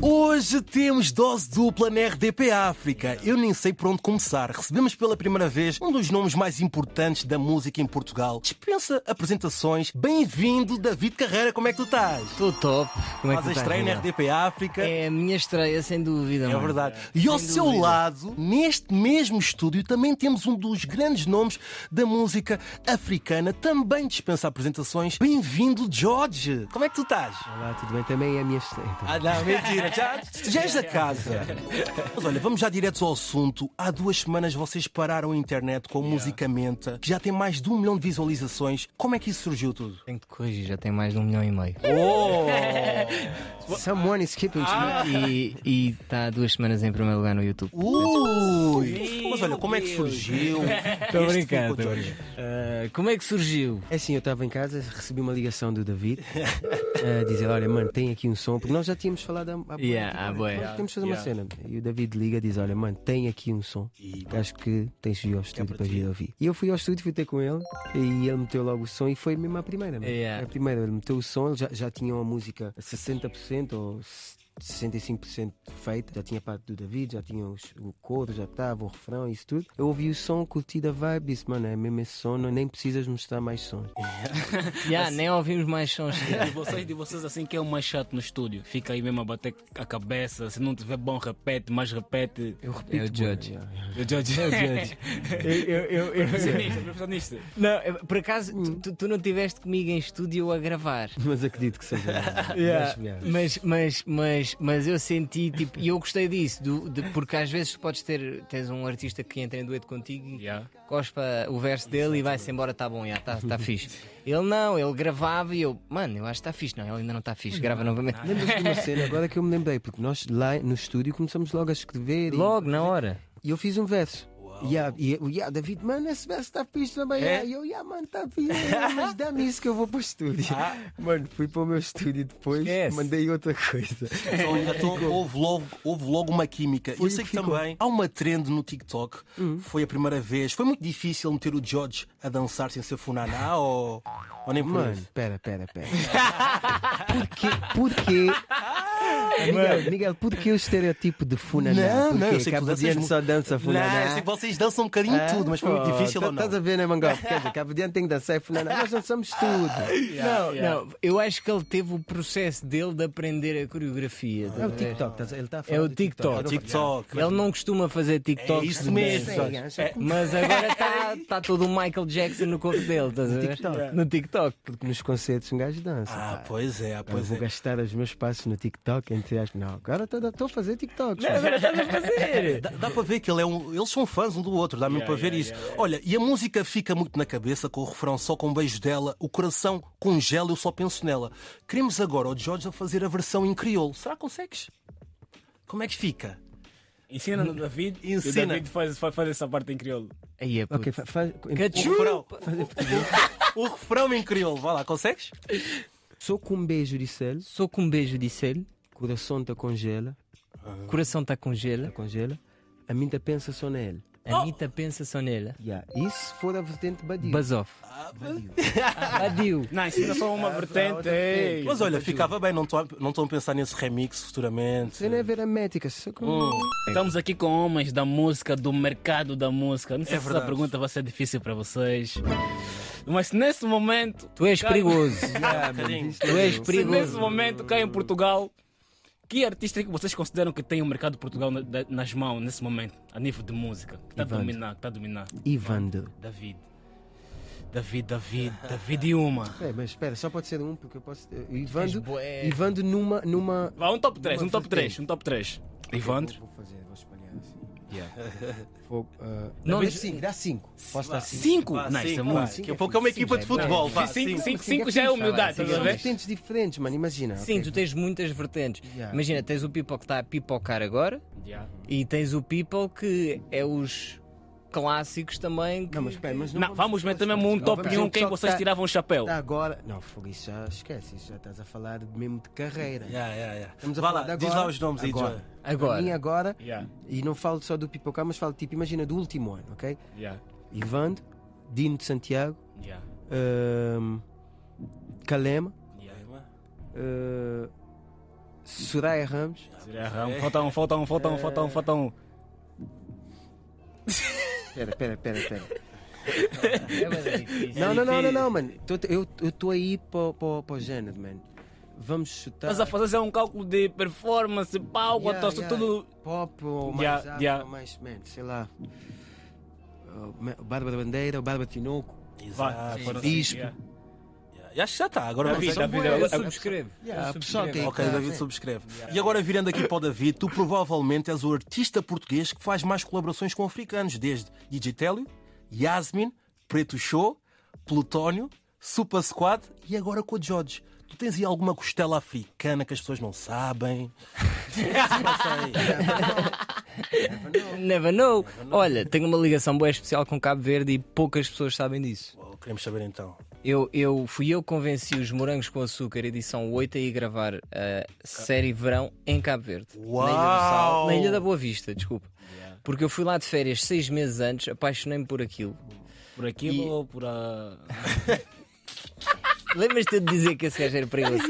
Hoje temos dose dupla na RDP África. Eu nem sei por onde começar. Recebemos pela primeira vez um dos nomes mais importantes da música em Portugal. Dispensa apresentações. Bem-vindo, David Carreira. Como é que tu estás? Estou top. Como é que Faz tu a estás, estreia na Miguel? RDP África. É a minha estreia, sem dúvida. É mano. verdade. E ao Sem seu dúvida. lado, neste mesmo estúdio, também temos um dos grandes nomes da música africana. Também dispensa apresentações. Bem-vindo, George. Como é que tu estás? Olá, tudo bem? Também é a minha estreia. Ah, não, mentira. Já, já és da casa. Mas olha, vamos já direto ao assunto. Há duas semanas vocês pararam a internet com a Musicamenta, que já tem mais de um milhão de visualizações. Como é que isso surgiu tudo? Tenho que te corrigir, já tem mais de um milhão e meio. Oh! Someone is keeping Ah! to E e está há duas semanas em primeiro lugar no YouTube. Uh, Ui! Mas olha, como é que surgiu? Estou a Este brincar, ficou, tô a Jorge. brincar. Ah, Como é que surgiu? É assim, eu estava em casa, recebi uma ligação do David a dizer: Olha, mano, tem aqui um som, porque nós já tínhamos falado há há Yeah, pouco, ah, né? bué. Nós Temos de fazer Yeah. uma cena. E o David liga e diz: Olha, mano, tem aqui um som, acho que tens É de ir ao estúdio para vir ouvir. E eu fui ao estúdio, fui ter com ele, e ele meteu logo o som, e foi mesmo a primeira. mano. Yeah. A primeira, ele meteu o som, ele já, já tinham a música a 60% ou. 65% feita, já tinha a parte do David, já tinha os- o coro, já estava o refrão, isso tudo. Eu ouvi o som, curti da vibe, disse, mano, é mesmo esse som, não- nem precisas mostrar mais sons. É Já, Assim- nem ouvimos mais sons. De vocês, de vocês assim que é o mais chato no estúdio. Fica aí mesmo a bater a cabeça. Se não tiver bom, repete, mas repete. Eu repito. É o Judge. mano, yeah. Eu É George. É Eu George. Perfeccionista, perfeccionista. Não, é, por acaso, tu- tu, tu não estiveste comigo em estúdio a gravar. Mas acredito que seja. Yeah, Mas, yeah. É, Mas, mas, mas, mas eu senti, tipo, e eu gostei disso, do- de- porque às vezes tu podes ter tens um artista que entra em dueto contigo e Yeah. cospa o verso dele e vai-se embora, tá bom, já, tá, tá fixe. Ele não, ele gravava e eu, mano, eu acho que está fixe, não, ele ainda não está fixe, grava novamente. Lembras-te de uma cena agora que eu me lembrei, porque nós lá no estúdio começamos logo a escrever e- Logo, na hora. e eu fiz um verso. Yeah, e o yeah, David, mano, esse verso está fixe também. É? Yeah. E eu, yeah, mano, está fixe, yeah, mas dá-me isso que eu vou para o estúdio. Ah. Mano, fui para o meu estúdio depois, Esquece. mandei outra coisa. Então, então, houve, logo, houve logo uma química. Eu sei que também há uma trend no TikTok. Foi a primeira vez. Foi muito difícil meter o George a dançar sem ser funaná ou, ou nem por Mano, isso. pera, pera, pera. Porquê? Porquê? Miguel, Miguel, porquê o estereotipo de funaná? Ah, Não, não, eu Porquê? sei que Cabo vocês Diano só dança Não, eu funaná. sei que vocês dançam um bocadinho Ah, tudo, mas foi muito pô, difícil tá- ou não? Estás a ver, né, Mangal? Quer dizer, Cabo Diano tem que dançar e funaná. né? Nós dançamos tudo. não, não, eu acho que ele teve o processo dele de aprender a coreografia. tá É a o ver? TikTok, estás- ele está a falar É o do TikTok. Eu tipo, não- Tipo TikTok. Ele não costuma fazer TikToks. É isso de mesmo. dança. Sei, acho que- Mas agora está tá todo o Michael Jackson no corpo dele, estás a ver? TikTok. No TikTok. Porque nos concertos um gajo dança. Ah, pá. pois é, ah, Eu pois vou é. gastar os meus passos no TikTok entre as. Não, agora estou a fazer TikToks. é mano. Dá, dá para ver que ele é um- eles são fãs um do outro, dá mesmo para ver isso. Olha, e a música fica muito na cabeça com o refrão só com um beijo dela, o coração congela, eu só penso nela. Queremos agora o George a fazer a versão em crioulo. Será que consegues? Como é que fica? Ensina no David. e Ensina. O David faz, faz, faz essa parte em crioulo. Aí é puto. Ok, fa- faz. O Cachu! refrão. o refrão em crioulo, vá lá, consegues? Sou com um beijo de sel, Sou com um beijo de selo, coração te congela, coração está com te gelo, congela, a minha pensa só nele. Anitta pensa só nele. Yeah. Isso for a vertente badia. Buzz off. Adiu. Não, ensina só uma Ah, vertente. ei. Mas olha, ficava bem, não estou não estou a pensar nesse remix futuramente. Você não é ver a métrica, só com. Hum. um Estamos aqui com homens da música, do mercado da música. Não sei É se essa verdade. pergunta vai ser difícil para vocês. Mas se nesse momento. Tu és cai- perigoso. Yeah, Um bocadinho. mas isto- Tu és Se nesse perigoso. momento cá em Portugal, que artista é que vocês consideram que tem o mercado de Portugal na- da- nas mãos nesse momento, a nível de música? Que está a Ivan. dominar, que está a dominar. Ivandro. David. David, David, David e uma. É, mas espera, só pode ser um, porque eu posso. eh, És Ivandro, bué. Ivandro numa. numa... Vá, um top 3, Uma um top 3, vertente. um top 3. Ivandro. Vou, vou fazer, vou espalhar assim. Vou, ah, Não, dá mas- cinco, dá cinco. Posso dar cinco? 5? Vá, Não, isso cinco, é vá. muito. Daqui a pouco é uma equipa de futebol, vá. cinco. 5, Cinco 5 já é fixe, humildade, tá estás a São ver? vertentes diferentes, mano, imagina. Sim, ok. tu tens muitas vertentes. Yeah. Imagina, tens o people que está a pipocar agora Yeah. e tens o people que é os clássicos também. Que... Não, mas espera, mas não. Não, vamos meter mesmo um top vamos- 1 quem só que vocês tá- tiravam o chapéu. Tá agora. Não, fogo, isso já esquece, isso já estás a falar de- mesmo de carreira. Yeah, yeah, yeah. Estamos a Vá lá, falar de diz agora. lá os nomes aí, Agora. George. Para mim Agora. agora, Yeah, e não falo só do pipocar, mas falo tipo, imagina do último ano, ok? yeah, Ivandro, Dino de Santiago, yeah, ahm, Calema, yeah. ah, Soraya Ramos. Soraya Ramos. Falta um, falta um, falta um, falta um, falta um. Pera, pera, pera, pera. É bué difícil. Não, não, não, não, não, mano. Tô- eu estou aí para o género, mano. Vamos chutar. Estás a fazer um cálculo de performance, palco, Yeah, atuação, yeah. tudo. Pop ou mais Yeah, afro, yeah. ou mais, man, sei lá. Oh, ma- Bárbara Bandeira, Bárbara Tinoco. Vá, foram assim, Bispo. yeah. E acho que já está. Agora David, vamos- David, Eu agora- subscrevo. Yeah, Eu pessoal subscrevo. tem- Ok, Tá, David sim. subscreve. E agora, virando aqui para o David, tu provavelmente és o artista português que faz mais colaborações com africanos, desde Digitélio, Yasmin, Preto Show, Plutónio, Super Squad e agora com o George. Tu tens aí alguma costela africana que as pessoas não sabem? O que é que se passa aí? é- Never know. Olha, tenho uma ligação boa especial com Cabo Verde e poucas pessoas sabem disso. Bom, Queremos saber então. Eu, eu fui eu que convenci os Morangos com Açúcar, edição 8, a ir gravar a série Verão em Cabo Verde. Na Ilha do Sal. Uau! Na Ilha da Boa Vista, desculpa. Porque eu fui lá de férias seis meses antes, apaixonei-me por aquilo. Por aquilo E- ou por ah, a. Lembras-te de dizer que esse gajo era perigoso?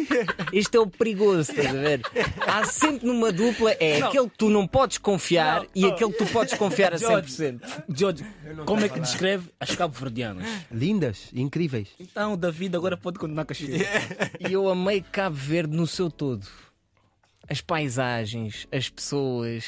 Este é o perigoso, estás a ver? Há sempre numa dupla, é aquele que tu não podes confiar e aquele que tu podes confiar a Jorge. 100%. George, como é que descreve as cabo-verdianas? Lindas, incríveis. Então, o David agora pode continuar com a chuva. E eu amei Cabo Verde no seu todo. As paisagens, as pessoas.